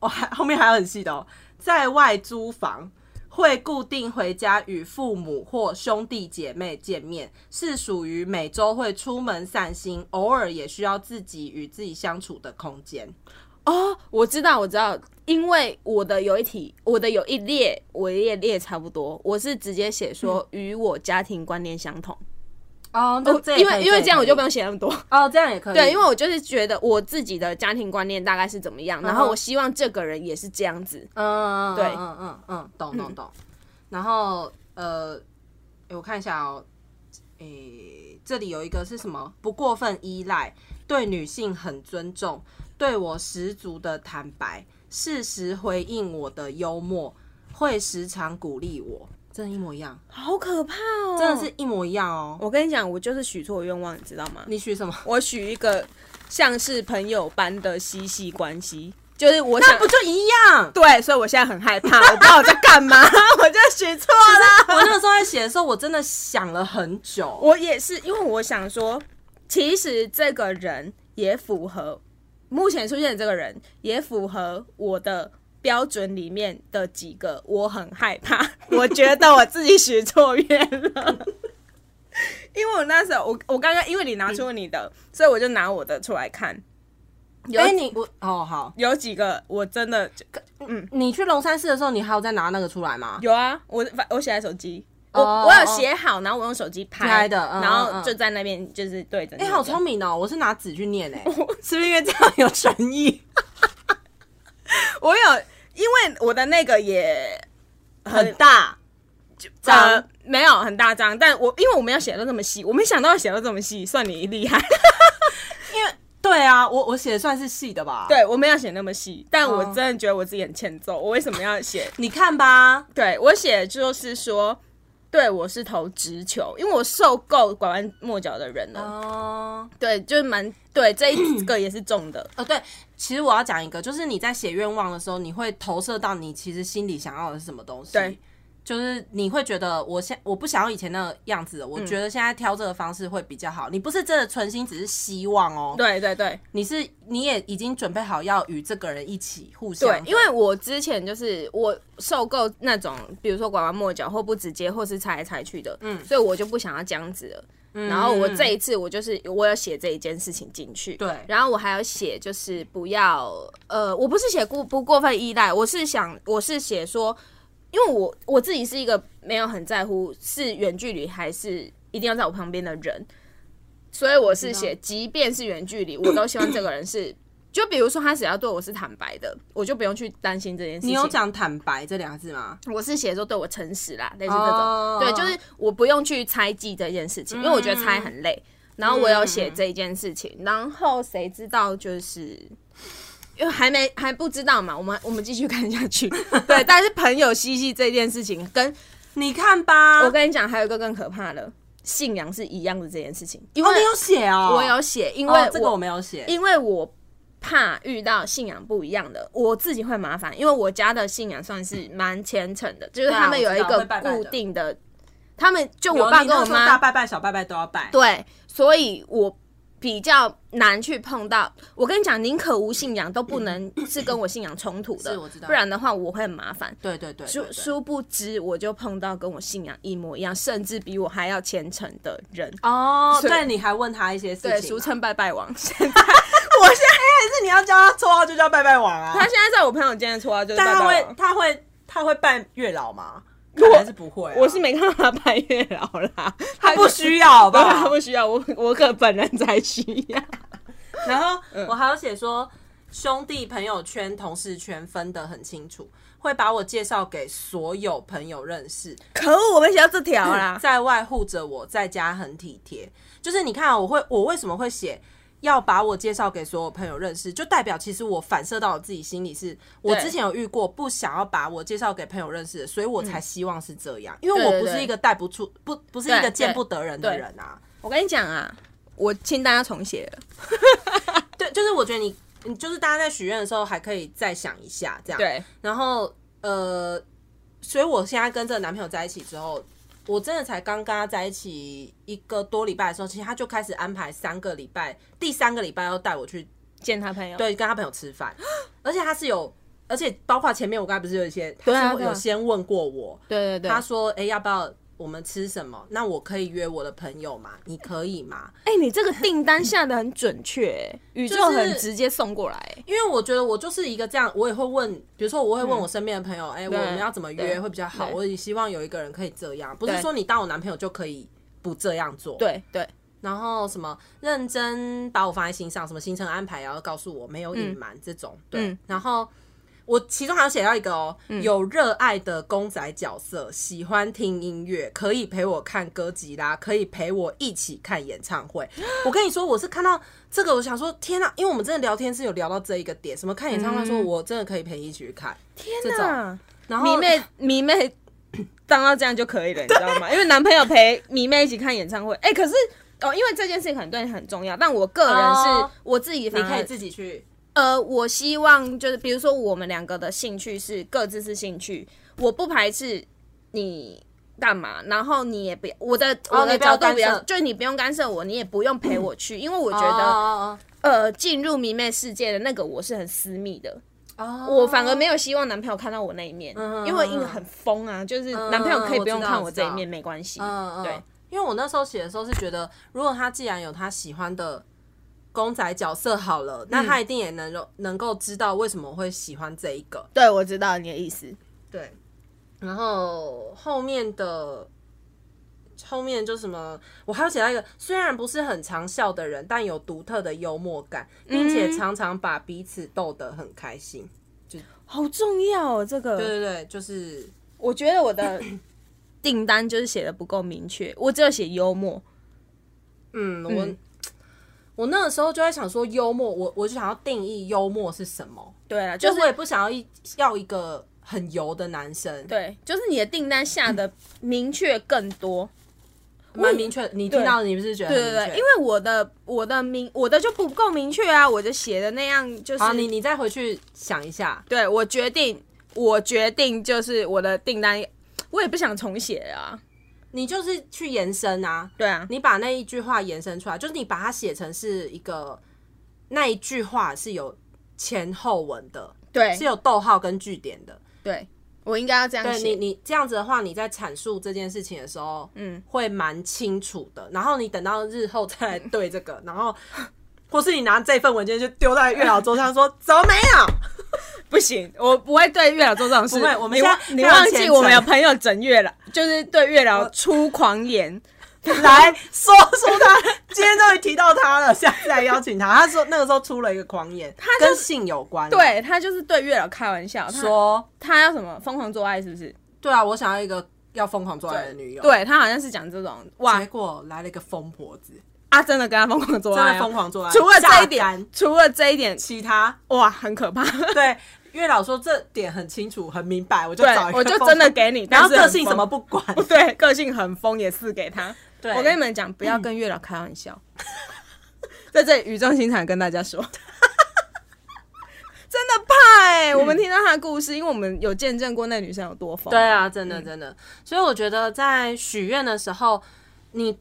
S2: 我、还后面还有很细的哦，在外租房。会固定回家与父母或兄弟姐妹见面，是属于每周会出门散心，偶尔也需要自己与自己相处的空间。
S1: 哦，我知道，我知道，因为我的有一题，我的有一列，我也列差不多，我是直接写说与我家庭观念相同，
S2: 哦，
S1: 嗯哦因为因为这样我就不
S2: 用。
S1: 用写那么多。
S2: 哦，这样也可以。
S1: 对，因
S2: 为
S1: 为我就是觉得我自己的家庭观念大概是怎么样，然后
S2: 嗯哼
S1: 我希望这个人也是这样子。
S2: 嗯，
S1: 对
S2: 嗯嗯嗯，懂懂懂。然后呃，诶我看一下哦，诶、这里有一个是什么？不过分依赖，对女性很尊重，对我十足的坦白，适时回应我的幽默，会时常鼓励我，真的，一模一样，
S1: 好可怕哦！
S2: 真的是，一模一样哦。
S1: 我跟你讲，我就是许错愿望，你知道吗？
S2: 你许什么？
S1: 我许一个像是朋友般的嬉戏关系，就是我想
S2: 那不就一样？
S1: 对，所以我现在很害 怕，我不知道我在干 嘛，我就许错了。
S2: 我那个时候在写的时候，我真的想了很久。
S1: 我也是，因为我想说，其实这个人也符合目前出现的这个人也符合我的标准里面的几个，我很害 怕，我觉得我自己许错愿了。 因为我那时候，我我刚刚因为你拿出你的，所以我就拿我的出来看，有
S2: 哎、你我哦好，
S1: 有几个我真的
S2: 你去龙山寺的时候，你还有再拿那个出来吗？
S1: 有啊，我反我写在手机，我、
S2: 哦
S1: 我有写好，然后我用手机
S2: 拍
S1: 拍
S2: 的嗯
S1: 然
S2: 嗯
S1: 后
S2: 嗯
S1: 就在那边就是对着。
S2: 哎、好聪！明哦！我是拿纸去念 哎、
S1: 是不是因为这样有诚意？我有，因为我的那个也
S2: 很大，
S1: 呃没有很 大张，但我因为我没有写到这么细，我没想到要写到这么细，算你厉害。
S2: 因为对啊，我我写的算是细的吧？，
S1: 对我没有写那么细，但我
S2: 哦
S1: 真的觉得我自己很欠揍。我为什么要写？
S2: 你看吧，
S1: 对我写就是说，对我是投直球，因为我受够拐弯抹角的人了。
S2: 哦、
S1: 对，就是蛮对这一个也是中的。
S2: 哦，对，其实我要讲一个，就是你在写愿望的时候，你会投射到你其实心里想要的是什么东西。
S1: 对，
S2: 就是你会觉得我现我不想要以前那个样子了，
S1: 嗯
S2: 我觉得现在挑这个方式会比较好。你不是真的存心只是希望哦，
S1: 对对对
S2: 你是你也已经准备好要与这个人一起互相
S1: 对
S2: 的。，
S1: 因为我之前就是我受够那种，比如说拐弯抹角或不直接或是猜来猜去的，嗯，所以我就不想要这样子了。然后我这一次我就是我有写这一件事情进去，
S2: 对
S1: 然后我还有写就是不要呃，我不是写过不过分依赖，我是想我是写说，因为我我自己是一个没有很在乎是远距离还是一定要在我旁边的人，所以我是写即便是远距离，我都希望这个人是。就比如说，他只要对我是坦白的，我就不用去担心这件事情。
S2: 你有讲坦白这两个字吗？
S1: 我是写说对我诚实啦，类似这种
S2: 哦
S1: 对，就是我不用去猜忌这件事情，因为我觉得猜
S2: 嗯
S1: 很累。然后我有写这一件事情，然后谁知道就是。因为还没还不知道嘛，我们我们继续看下 去。对，但是朋友嬉戏这件事情，跟
S2: 你看吧，
S1: 我跟你讲，还有一个更可怕的，信仰是一样的这件事情。因为
S2: 哦，你有写哦，
S1: 我有写，因
S2: 哦，
S1: 为
S2: 这个我没有写，
S1: 因为我怕遇到信仰不一样的，我自己会麻烦，因为我家的信仰算是蛮虔诚的，就是
S2: 对啊
S1: 他们有一
S2: 我知道
S1: 个
S2: 会拜拜的
S1: 固定的，他们就
S2: 有啊
S1: 我爸
S2: 你
S1: 跟
S2: 那
S1: 我
S2: 时候大
S1: 妈
S2: 拜拜、小拜拜都要拜。
S1: 对，所以我比较难去碰到。我跟你讲，宁可无信仰，都不能是跟我信仰冲突
S2: 嗯
S1: 的
S2: 是我知，道
S1: 不然的话我会很麻烦。
S2: 对对对，对
S1: 殊
S2: 对
S1: 殊不知，我就碰到跟我信仰一模一样，甚至比我还要虔诚的人。
S2: 哦，
S1: 所以
S2: 对，你还问他一些事情嘛，啊
S1: 对，俗称拜 拜王。
S2: 我现在
S4: 但是你要叫他绰号就叫拜拜王
S1: 他
S4: 啊，
S1: 现在在我朋友间的绰号就是拜
S4: 但
S1: 拜
S4: 他
S1: 王。
S4: 会他会他会拜月老吗？
S1: 我
S4: 还是不会啊、
S1: 我是没看到他拜月老啦， 他
S4: 不需要好不
S1: 对他
S4: 好？
S1: 不需要，我我可本人才需要。
S2: 然后我还有写说，兄弟、朋友圈、同事圈分得很清楚，会把我介绍给所有朋友认识，
S1: 可恶，我没想到这条啦。
S2: 在外护着我，在家很体贴。就是你看啊、我会我为什么会写？要把我介绍给所有朋友认识，就代表其实我反射到我自己心里是，我
S1: 对
S2: 之前有遇过不想要把我介绍给朋友认识的，所以我才希望是这样，因
S1: 对
S2: 为
S1: 对
S2: 我不是
S1: 对
S2: 一个带不出不不是一
S1: 对
S2: 个见
S1: 对
S2: 不得人的
S1: 对
S2: 人啊。
S1: 我跟你讲啊，我清单要重写了。
S2: 对，就是我觉得你，你就是大家在许愿的时候还可以再想一下这样。，
S1: 对，
S2: 然后呃，所以我现在跟这个男朋友在一起之后，我真的才刚跟他在一起一个多礼拜的时候，其实他就开始安排三个礼拜，第三个礼拜要带我去
S1: 见他朋友。
S2: 对跟他朋友吃饭，而且他是有，而且包括前面我刚才不是有一些，
S1: 对啊
S2: 他是
S1: 对啊
S2: 有先问过我，
S1: 对对对
S2: 他说哎、诶要不要我们吃什么？那我可以约我的朋友吗？你可以吗？
S1: 哎、你这个订单下的很准确、 宇宙很直接送过来、
S2: 因为我觉得我就是一个这样，我也会问，比如说我会问我身边的朋友，哎、我
S1: 嗯对
S2: 们要怎么
S1: 对
S2: 约会比较好？
S1: 对
S2: 我也希望有一个人可以这样，不
S1: 对
S2: 是说你当我男朋友就可以不这样做。，
S1: 对对
S2: 然后什么认真把我放在心上，什么行程安排也要告诉我，没有隐瞒这种。对，
S1: 嗯
S2: 然后。我其中还有写到一个哦，有热爱的公仔角色，喜欢听音乐，可以陪我看歌吉拉，可以陪我一起看演唱 会。我跟你说，我是看到这个，我想说天哪、因为我们真的聊天是有聊到这一个点，什么看演唱会，说
S1: 嗯
S2: 我真的可以陪你一起去看。
S1: 天
S2: 这种
S1: 哪，
S2: 然后
S1: 迷妹 迷妹当到这样就可以了，你知道吗？因为男朋友陪迷妹一起看演唱会。哎、可是哦，因为这件事情可能对你很重要，但我个人是、
S2: 哦
S1: 我自己，
S2: 你可以自己去，
S1: 呃，我希望就是比如说我们两个的兴趣是各自是兴趣，我不排斥你干嘛，然后你也不我的、
S2: 哦
S1: 我的
S2: 你不要
S1: 角度比
S2: 干
S1: 较，
S2: 涉
S1: 就是你不用干涉我，你也不用陪我去，因为我觉
S2: 哦
S1: 得
S2: 哦
S1: 呃进入迷妹世界的那个我是很私密的，
S2: 哦哦，
S1: 我反而没有希望男朋友看到我那一面，
S2: 嗯
S1: 因为因为很疯啊，就是男朋友可以不用看我这一
S2: 我知
S1: 面
S2: 道
S1: 没关系，
S2: 嗯，
S1: 对
S2: 嗯，因为我那时候写的时候是觉得，如果他既然有他喜欢的公仔角色好了，那他一定也能够能够知道为什么我会喜欢这一个。
S1: 对，我知道你的意思，
S2: 对，然后后面的。后面就什么，我还有写到一个，虽然不是很常笑的人，但有独特的幽默感，并且常常把彼此逗得很开心。
S1: 好重要哦，这个
S2: 对对对，就是
S1: 我觉得我的 订
S2: 嗯
S1: 单就是写的不够明确，我只有写幽默。
S2: 嗯，我、我那个时候就在想说，幽默，我我就想要定义幽默是什么，
S1: 对啊，
S2: 就
S1: 就是
S2: 我也不想要一要一个很油的男生，
S1: 对，就是你的订单下的明确更多。
S2: 蛮明确。你听到的你不是觉得很
S1: 对
S2: 明
S1: 对
S2: 确？
S1: 对，因为我的我的明我的就不够明确啊，我就写的那样就是。
S2: 好，你你再回去想一下，
S1: 对我决定，我决定就是我的订单，我也不想重写了啊。
S2: 你就是去延伸啊，
S1: 对啊，
S2: 你把那一句话延伸出来，就是你把它写成是一个那一句话是有前后文的，
S1: 对
S2: 是有逗号跟句点的。
S1: 对，我应该要这样
S2: 对你，
S1: 写。
S2: 你这样子的话，你在阐述这件事情的时候，
S1: 嗯
S2: 嗯，会蛮清楚的。然后你等到日后再来对这个，然后
S5: 或是你拿这份文件就丢在月老桌上 说，怎么没有？
S1: 不行，我不会对月老做这种事。
S2: 不会我们
S1: 你
S2: 现
S1: 忘
S2: 在
S1: 你
S2: 非常
S1: 忘
S2: 虔
S1: 记
S2: 诚
S1: 我们有朋友整月老，就是对月老出狂言。
S5: 来说出他，今天终于提到他了，下次来邀请他。他说那个时候出了一个狂言，
S2: 跟性有关。，
S1: 对他就是对月老开玩笑，他
S2: 说
S1: 他要什么疯狂做爱是不是？
S2: 对啊，我想要一个要疯狂做爱的女友。，
S1: 对他好像是讲这种哇
S2: 结果来了一个疯婆子，
S1: 啊，真的跟他疯狂做
S5: 真
S1: 爱、
S5: 的
S1: 啊，
S5: 疯狂做爱，
S1: 除了这一
S5: 榨干
S1: 点，除了这一点，
S5: 其他
S1: 哇，很可 怕。
S5: 对月老说这点很清楚很明白，我就
S1: 对
S5: 找一，个
S1: 我就
S5: 疯
S1: 真的给你，
S5: 然后
S1: 但是
S5: 个
S1: 很
S5: 性
S1: 疯
S5: 什么不管，
S1: 对，个性很疯也是给他。
S2: 对
S1: 我跟你们讲，不要跟月老开玩笑，在这里语重心长地跟大家 说，真的怕哎、我们听到他的故事，因为我们有见证过那女生有多疯。
S2: 对，啊，真的真的。所以我觉得在许愿的时候，你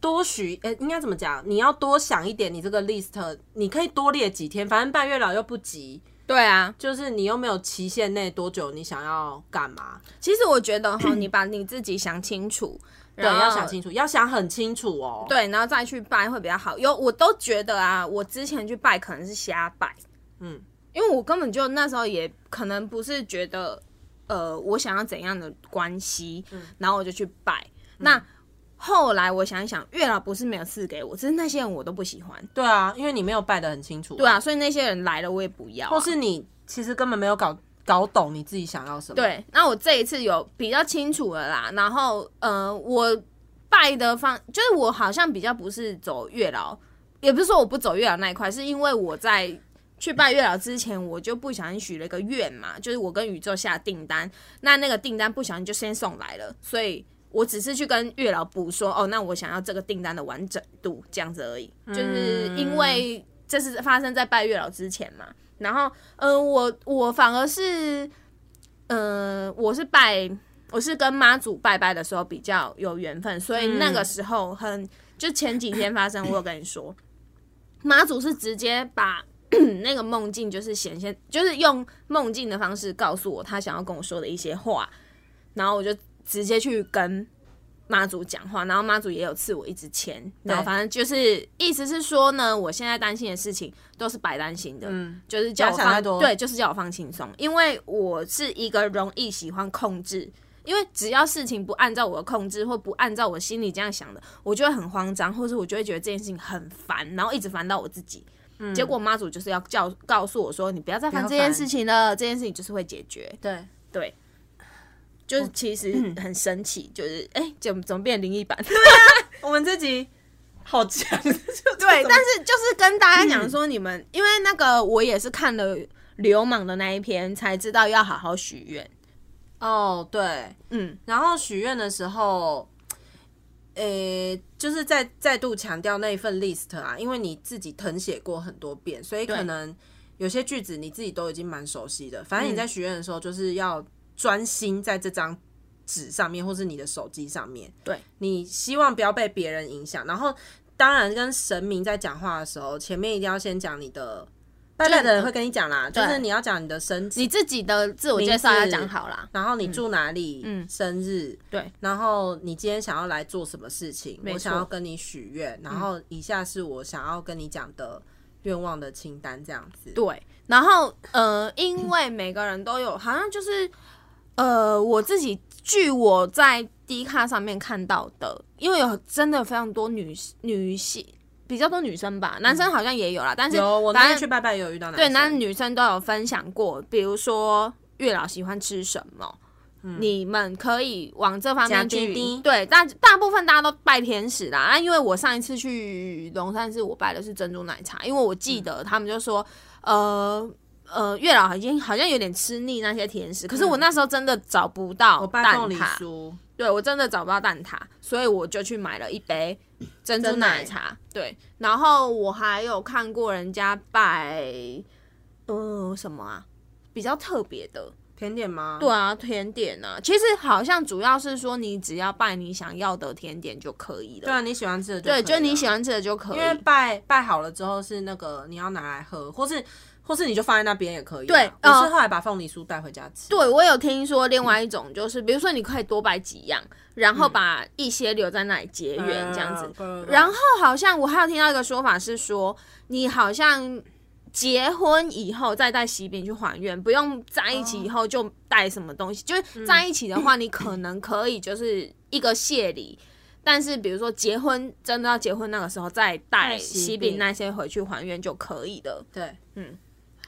S2: 多许，呃、应该怎么讲？你要多想一点，你这个 list 你可以多列几天，反正半月老又不急，
S1: 对啊。
S2: 就是你又没有期限内多久你想要干嘛，
S1: 其实我觉得 哈，你把你自己想清楚，
S2: 对，
S1: 然后
S2: 要想清楚，要想很清楚哦。，
S1: 对，然后再去拜会比较好。有我都觉得啊，我之前去拜可能是瞎拜，
S2: 嗯，
S1: 因为我根本就那时候也可能不是觉得，呃，我想要怎样的关系，
S2: 嗯
S1: 然后我就去拜。那后来我想一想，月老不是没有赐给我，只是那些人我都不喜欢。
S2: 对啊，因为你没有拜的很清楚、
S1: 对啊，，所以那些人来了我也不要啊、
S2: 或是你其实根本没有搞搞懂你自己想要什么。，
S1: 对，那我这一次有比较清楚了啦。然后，呃，我拜的方就是我好像比较不是走月老，也不是说我不走月老那一块，是因为我在去拜月老之前，我就不小心许了一个愿嘛，就是我跟宇宙下订单，那那个订单不小心就先送来了，所以我只是去跟月老补说，哦，那我想要这个订单的完整度这样子而已，
S2: 嗯
S1: 就是因为这是发生在拜月老之前嘛。然后，呃，我我反而是，呃，我是拜，我是跟妈祖拜拜的时候比较有缘分，所以
S2: 嗯
S1: 那个时候很，就前几天发生，我有跟你说， 妈祖是直接把 那个梦境就是显现，就是用梦境的方式告诉我他想要跟我说的一些话，然后我就直接去跟妈祖讲话，然后妈祖也有赐我一支签，然后
S2: 对
S1: 反正就是意思是说呢，我现在担心的事情都是白担心的，嗯，就是叫我
S2: 不要想
S1: 放
S2: 太多
S1: 对，就是叫我放轻松，因为我是一个容易喜欢控制。因为只要事情不按照我的控制，或不按照我心里这样想的，我就会很慌张，或是我就会觉得这件事情很烦，然后一直烦到我自己。结果妈祖就是要叫告诉我说，你不要再
S2: 不
S1: 烦
S2: 要
S1: 这件
S2: 烦
S1: 事情了，这件事情就是会解决。
S2: 对，
S1: 对，就是其实很神奇，就是哎、怎么怎么变灵异版？
S5: 我们这集好强，
S1: 对
S5: 对，
S1: 但是就是跟大家讲说，你们、因为那个我也是看了流氓的那一篇，才知道要好好许愿。
S2: 哦，对，
S1: 嗯，
S2: 然后许愿的时候，诶、就是再再度强调那一份 list 啊，因为你自己誊写过很多遍，所以
S1: 对
S2: 可能有些句子你自己都已经蛮熟悉的。
S1: 嗯
S2: 反正你在许愿的时候，就是要专心在这张纸上面，或是你的手机上面。
S1: 对，
S2: 你希望不要被别人影响。然后，当然跟神明在讲话的时候，前面一定要先讲你的。拜拜的人会跟你讲啦，就
S1: 对
S2: 是你要讲你的生
S1: 你自己的自我介绍要讲好啦。
S2: 然后你住哪里？
S1: 嗯
S2: 生日
S1: 对，
S2: 然后你今天想要来做什么事情？
S1: 错嗯
S2: 我想要跟你许愿，然后以下是我想要跟你讲的愿望的清单，这样子。
S1: 对，然后呃，因为每个人都有，好像就是呃，我自己据我在 D 卡上面看到的，因为有真的非常多女女性，比较多女生吧，男生好像也有啦，但是
S2: 有我
S1: 反
S2: 那
S1: 正
S2: 天去拜拜也有遇到男
S1: 对，
S2: 生
S1: 那女生都有分享过，比如说月老喜欢吃什么，
S2: 嗯
S1: 你们可以往这方面
S2: 吃
S1: 去
S2: 甜。
S1: 对，但大部分大家都拜天使啦。那啊因为我上一次去龙山寺，我拜的是珍珠奶茶，因为我
S2: 嗯
S1: 记得他们就说，呃。呃，月老已经好像有点吃腻那些甜食，可是我那时候真的找不到
S2: 嗯我
S1: 蛋
S2: 拜凤梨
S1: 挞，
S2: 酥，
S1: 对我真的找不到蛋挞，所以我就去买了一杯珍珠
S2: 珍
S1: 奶
S2: 奶
S1: 茶。对，然后我还有看过人家拜，呃，什么啊，比较特别的，
S2: 甜点吗？
S1: 对，啊，甜点啊，其实好像主要是说你只要拜你想要的甜点就可以了。
S2: 对啊，你喜欢吃的
S1: 对，
S2: 可以
S1: 就你
S2: 了
S1: 喜欢吃的就可以。
S2: 因为拜拜好了之后是那个你要拿来喝，或是或是你就放在那边也可以啊。
S1: 对
S2: 我
S1: 呃
S2: 是后来把凤梨酥带回家吃。
S1: 对，我有听说另外一种就是，比如说你可以多摆几样，然后把一些留在那里结缘这样子。
S2: 嗯
S1: 然后好像我还有听到一个说法是说，你好像结婚以后再带喜饼去还愿，不用在一起以后就带什么东西。就是在一起的话，你可能可以就是一个谢礼。但是，比如说结婚，真的要结婚那个时候再带
S2: 带喜
S1: 喜饼
S2: 饼
S1: 那些回去还愿就可以的。
S2: 对，
S1: 嗯
S2: 嗯，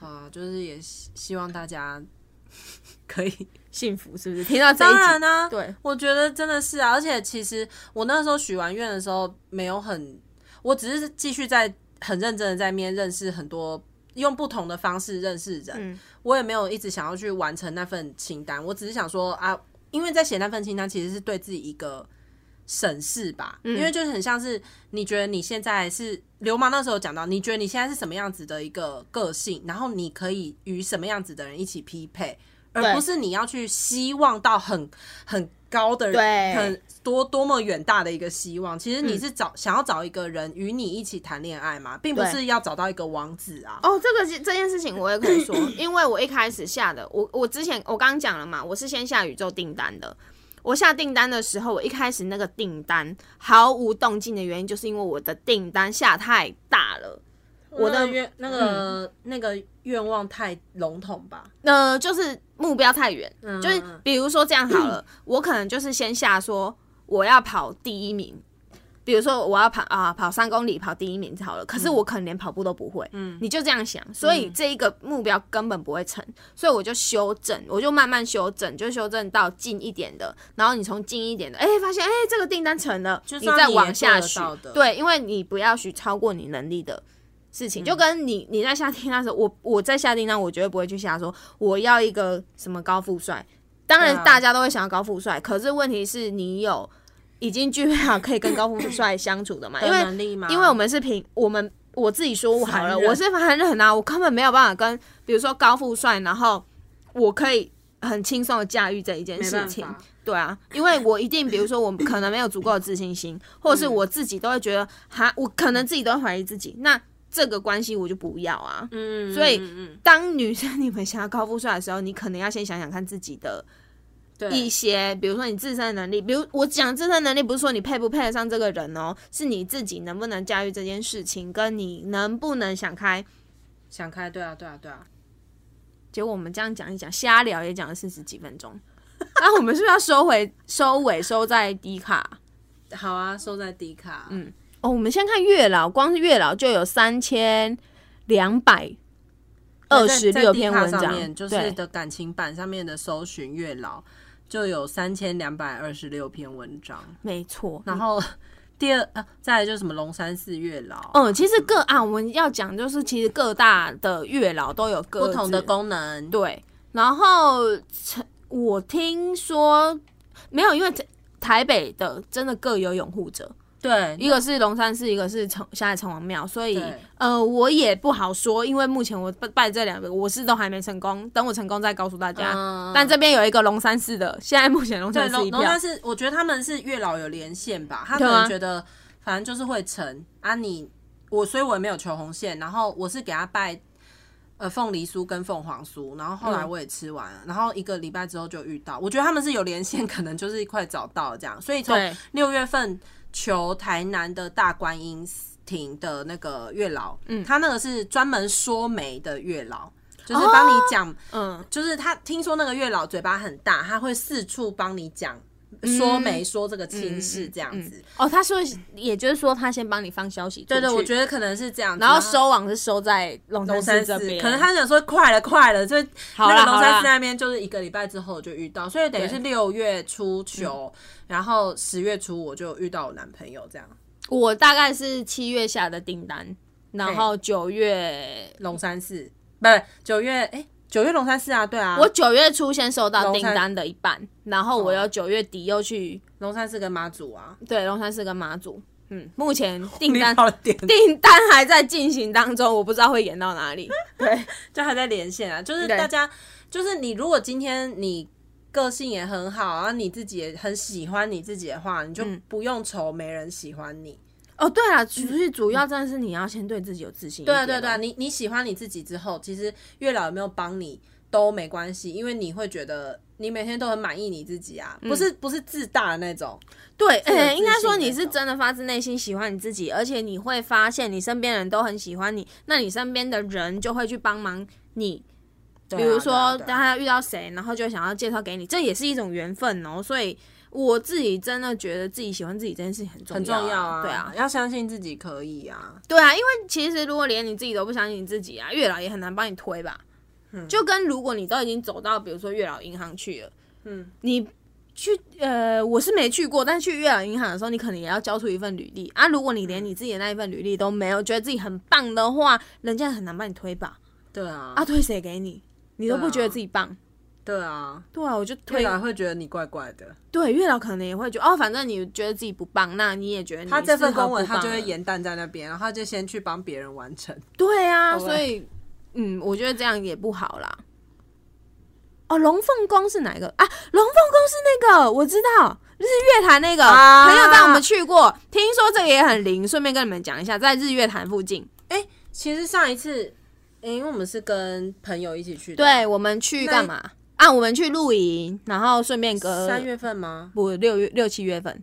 S2: 好啊，就是也希希望大家 可以。
S1: 幸福是不是？听到这一
S2: 当
S1: 集，
S2: 然啊呢、
S1: 对，
S2: 我觉得真的是啊，而且其实我那时候许完愿的时候没有很，我只是继续在很认真的在面认识很多。用不同的方式认识人，
S1: 嗯
S2: 我也没有一直想要去完成那份清单，我只是想说啊，因为在写那份清单其实是对自己一个审视吧，
S1: 嗯
S2: 因为就是很像是你觉得你现在是流氓那时候有讲到，你觉得你现在是什么样子的一个个性，然后你可以与什么样子的人一起匹配，而不是你要去希望到很很高的
S1: 对嗯
S2: 人，很多多么远大的一个希望。其实你是找、想要找一个人与你一起谈恋爱嘛，并不
S1: 对
S2: 是要找到一个王子啊。
S1: 哦，这个是这件事情我也可以 说，因为我一开始下的，我我之前我刚刚讲了嘛，我是先下宇宙订单的。我下订单的时候，我一开始那个订单毫无动静的原因，就是因为我的订单下太大了。我
S2: 那
S1: 的嗯
S2: 个愿那个、那个愿望太笼统吧，
S1: 呃，就是目标太远，就是
S2: 嗯
S1: 比如说这样好了，我可能就是先下说我要跑第一名，比如说我要跑啊、跑三公里跑第一名好了，可是
S2: 嗯
S1: 我可能连跑步都不会，嗯，你就这样想，所以这一个目标根本不会成，所以我就修正，我就慢慢修正，就修正到近一点的，然后你从近一点的，哎、发现哎、这个订单成了，
S2: 就是
S1: 你
S2: 要
S1: 再
S2: 你也
S1: 往
S2: 做
S1: 下
S2: 得
S1: 许
S2: 到，的
S1: 对，因为你不要许超过你能力的。事
S2: 嗯
S1: 情，就跟你你在下订单的时候，我我在下订单，我绝对不会去下说我要一个什么高富帅。当
S2: 对
S1: 然，
S2: 啊
S1: 大家都会想要高富帅，可是问题是你有已经具备好可以跟高富帅相处的嘛？因
S2: 有
S1: 为
S2: 能力吗？
S1: 因为我们是平，我们我自己说好
S2: 凡
S1: 了，
S2: 人
S1: 我是凡人啊，我根本没有办法跟比如说高富帅，然后我可以很轻松的驾驭这一件
S2: 没
S1: 事
S2: 办
S1: 情。
S2: 法
S1: 对啊，因为我一定，比如说我可能没有足够的自 信心，或者
S2: 嗯
S1: 是我自己都会觉得，哈，我可能自己都会怀疑自己，那这个关系我就不要啊。
S2: 嗯，
S1: 所以
S2: 嗯嗯
S1: 当女生你们想要高富帅的时候，你可能要先想想看自己的
S2: 对
S1: 一些，比如说你自身的能力，比如我讲自身能力，不是说你配不配得上这个人哦，是你自己能不能驾驭这件事情，跟你能不能想开。
S2: 想开，对啊，对啊，对啊，
S1: 结果我们这样讲一讲，瞎聊也讲了四十几分钟， 那我们是不是要收回收尾收在低卡？
S2: 好啊，收在低卡，嗯，
S1: 哦，我们先看月老，光是月老就有三千两百二十
S2: 在
S1: 六篇文
S2: 在 Dcard 上
S1: 章，
S2: 面就是
S1: 对
S2: 的感情版上面的搜寻月老就有三千两百二十六篇文章，
S1: 没错。
S2: 然后 第二啊，再来就是什么龙山寺月老，
S1: 嗯，其实各啊，我们要讲就是，其实各大的月老都有各
S2: 不同的
S1: 自
S2: 功能，
S1: 对，然后成我听说没有，因为台台北的真的各有拥护者，
S2: 对
S1: 一个是龙山寺，一个是城下在城隍庙，所以
S2: 嗯对
S1: 呃，我也不好说，因为目前我拜拜这两个我是都还没成功，等我成功再告诉大家。
S2: 嗯
S1: 但这边有一个龙山寺的，现在目前龙
S2: 对
S1: 山寺
S2: 龙
S1: 一
S2: 龙
S1: 票
S2: 山，寺，我觉得他们是月老有连线吧，他
S1: 对
S2: 可
S1: 啊
S2: 能觉得反正就是会成啊你我，所以我也没有求红线，然后我是给他拜。呃，凤梨酥跟凤凰酥，然后后来
S1: 嗯
S2: 我也吃完了，然后一个礼拜之后就遇到，我觉得他们是有连线， 可能就是快找到这样，所以从
S1: 对
S2: 六月份求台南的大观音亭的那个月老，嗯，他那个是专门说媒的月老，
S1: 哦
S2: 就是帮你讲
S1: 嗯，
S2: 就是他听说那个月老嘴巴很大，他会四处帮你讲说没说这个亲事这样子。
S1: 哦，他说，也就是说，他先帮你放消息，
S2: 对对，我
S1: 得，
S2: 觉得可能是这样子。
S1: 然后收网是收在龙
S2: 龙山
S1: 山寺这
S2: 寺
S1: 边，
S2: 可能他想说快了快了，就
S1: 好
S2: 那
S1: 啦
S2: 个龙
S1: 好
S2: 山
S1: 啦
S2: 寺那边就是一个礼拜之后就遇到，所以等于是六月初秋，
S1: 嗯
S2: 然后十月初我就遇到我男朋友这样。
S1: 我大概是七月下的订单，然后九月，
S2: 龙山寺不是九月哎九、月龙山寺啊，对啊，
S1: 我九月初先收到
S2: 龙
S1: 订
S2: 山
S1: 单的一半，然后我又九月底又去
S2: 龙山寺跟妈祖啊，
S1: 对龙山寺跟马祖，嗯，目前订
S6: 你
S1: 单
S6: 跑了点，
S1: 订单还在进行当中，我不知道会演到哪里。
S2: 就还在连线啊，就是
S1: 对
S2: 大家就是你如果今天你。个性也很好，然后你自己也很喜欢你自己的话，你就
S1: 嗯
S2: 不用愁没人喜欢你。
S1: 哦，对了，其实主要真的是你要先对自己有自信一
S2: 对
S1: 点
S2: 啊，
S1: 哦。
S2: 对啊对啊，你你喜欢你自己之后，其实月老有没有帮你都没关系，因为你会觉得你每天都很满意你自己啊，
S1: 嗯
S2: 不是不是自大的那种。
S1: 对，
S2: 有
S1: 哎、
S2: 自
S1: 应该
S2: 信
S1: 说
S2: 那
S1: 你是
S2: 种
S1: 真的发自内心喜欢你自己，而且你会发现你身边人都很喜欢你，那你身边的人就会去帮忙你。比
S2: 啊
S1: 如
S2: 对啊
S1: 说，
S2: 对啊
S1: 他遇到谁，然后就想要介绍给你，这也是一种缘分哦。所以我自己真的觉得自己喜欢自己这件事情很重
S2: 很
S1: 要、
S2: 重要啊，
S1: 对啊，
S2: 要相信自己可以啊。
S1: 对啊，因为其实如果连你自己都不相信你自己啊，月老也很难帮你推吧。
S2: 嗯
S1: 就跟如果你都已经走到比如说月老银行去了，嗯，你去呃，我是没去过，但去月老银行的时候，你可能也要交出一份履历啊。如果你
S2: 嗯
S1: 连你自己的那一份履历都没有，觉得自己很棒的话，人家很难帮你推吧？
S2: 对啊，
S1: 啊，推谁给你？你都
S2: 对
S1: 不
S2: 啊
S1: 觉得自己棒？
S2: 对啊，
S1: 对啊，我就
S2: 对
S1: 推。
S2: 啊，会觉得你怪怪的。
S1: 对，月老可能也会觉得哦，反正你觉得自己不棒，那你也觉得你
S2: 他这份
S1: 适合
S2: 公文
S1: 不
S2: 他就
S1: 棒啊
S2: 会
S1: 了
S2: 延宕在那边，然后他就先去帮别人完成。
S1: 对啊，
S2: 好吧
S1: 所以嗯，我觉得这样也不好啦。哦，龙凤宫是哪一个啊？龙凤宫是那个，我知道，日月潭那个、
S2: 啊
S1: 朋友带我们去过，听说这个也很灵，顺便跟你们讲一下，在日月潭附近，
S2: 其实上一次，因为我们是跟朋友一起去的，
S1: 对我们去干嘛啊？我们去露营，然后顺便隔
S2: 三月份吗？
S1: 不六月六七月份，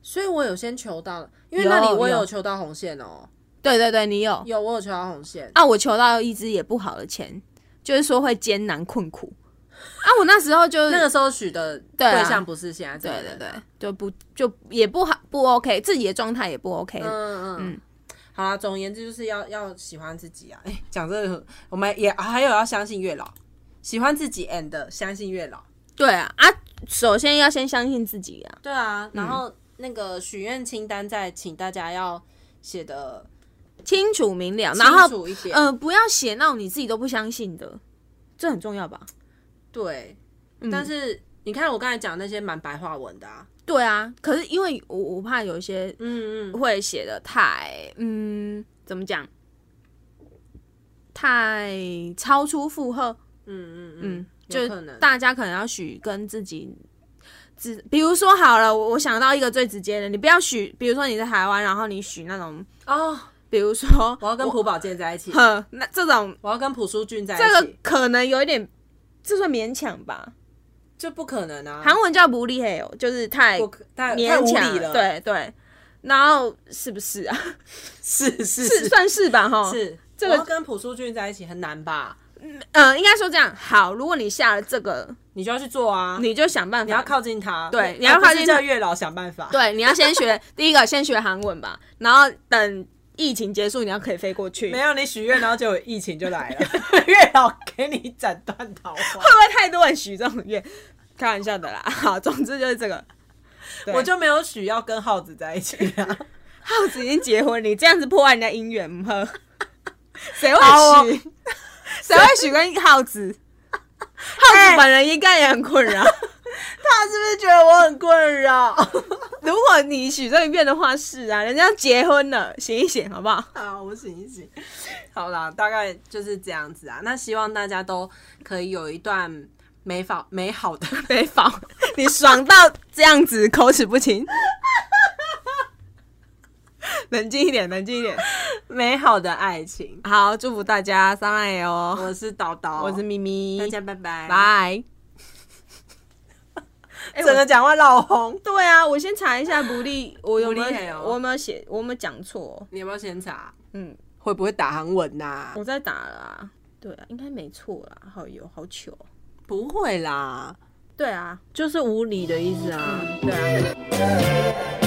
S2: 所以我有先求到，因为
S1: 有
S2: 那里我
S1: 有
S2: 有求到红线哦、
S1: 对对对，你有
S2: 有我有求到红线。
S1: 啊？我求到一支也不好的钱，就是说会艰难困苦啊。我那时候就
S2: 那个时候许的
S1: 对啊
S2: 对象不是现在这个
S1: 对对
S2: 人
S1: 对
S2: 啊，
S1: 就不就也不好不 OK，自己的状态也不 OK。
S2: 嗯嗯。好啦，总而言之就是要要喜欢自己啊！哎、讲这个，我们也还有要相信月老，喜欢自己 and 相信月老。
S1: 对啊啊，首先要先相信自己啊。
S2: 对啊，然后那个许愿清单再请大家要写的
S1: 清楚明了，
S2: 清
S1: 然后
S2: 楚一点。
S1: 呃，不要写那种你自己都不相信的，这很重要吧？
S2: 对，但是你看我刚才讲那些蛮白话文的啊，
S1: 对啊，可是因为我我怕有一些
S2: 嗯嗯，
S1: 会写的太嗯，怎么讲？太超出负荷，
S2: 嗯嗯
S1: 嗯
S2: 嗯，，
S1: 就
S2: 有可能
S1: 大家可能要许跟自己自，比如说好了，我我想到一个最直接的，你不要许，比如说你在台湾，然后你许那种，
S2: 哦，
S1: 比如说
S2: 我要跟朴宝剑在一起，
S1: 呵，那这种
S2: 我要跟朴书俊在
S1: 这
S2: 一
S1: 个
S2: 起，
S1: 可能有一点，这算勉强吧。
S2: 这不可能啊！
S1: 韩文叫不厉害哦，就是太
S2: 我太太
S1: 勉
S2: 无
S1: 强
S2: 理了，，
S1: 对对。然后是不是啊？
S2: 是是
S1: 是
S2: 是
S1: 算是吧，哈。
S2: 是，
S1: 这
S2: 这
S1: 个
S2: 个跟朴书俊在一起很难吧？
S1: 嗯、应该说这样。好，如果你下了这个，
S2: 你就要去做啊，你
S1: 你就想办法。
S2: 要靠近他，
S1: 对
S2: 而
S1: 你要
S2: 不是
S1: 靠近他
S2: 叫月老想办 法，
S1: 对，你要先学第一个，先学韩文吧，然后等疫情结束，你要可以飞过去。
S2: 没
S1: 会
S2: 有你许愿，然后就有疫情就来了，月老给你斩断桃花。
S1: 不会太多人许这种愿？开玩笑的啦。 好，总之就是这个。对
S2: 我就没有许要跟耗子在一起啊。
S1: 耗子已经结婚，你这样子破坏人家姻缘， 呵，谁
S2: 好
S1: 会许？哦谁会许跟耗 子？哎耗子本人应该也很困 扰。
S2: 他是不是觉得我很困扰？
S1: 如果你许这一愿的话，是啊，人家结婚了，醒一醒好不好？
S2: 好，我醒一醒。好啦，大概就是这样子啊。那希望大家都可以有一段美好美好的。
S1: 北方，你爽到这样子，口齿不清。冷静一点，冷静一点。
S2: 美好的爱情。
S1: 好，祝福大家三万 L 哦！
S2: 我是叨叨，
S1: 我是咪咪，
S2: 大家拜拜。
S1: 拜。哎
S2: 整个讲话老红，
S1: 对啊，我先查一下不利，我有没
S2: 不利还
S1: 有
S2: 有
S1: 我有没有写，我有没有讲错？
S2: 你要不要先查？
S1: 嗯，
S2: 会不会打韩文呐、
S1: 我啊在打了啊。对啊，应该没错啦。好有好糗哦。
S2: 不会啦。
S1: 对啊，嗯
S2: 就是无理的意思啊。
S1: 对啊。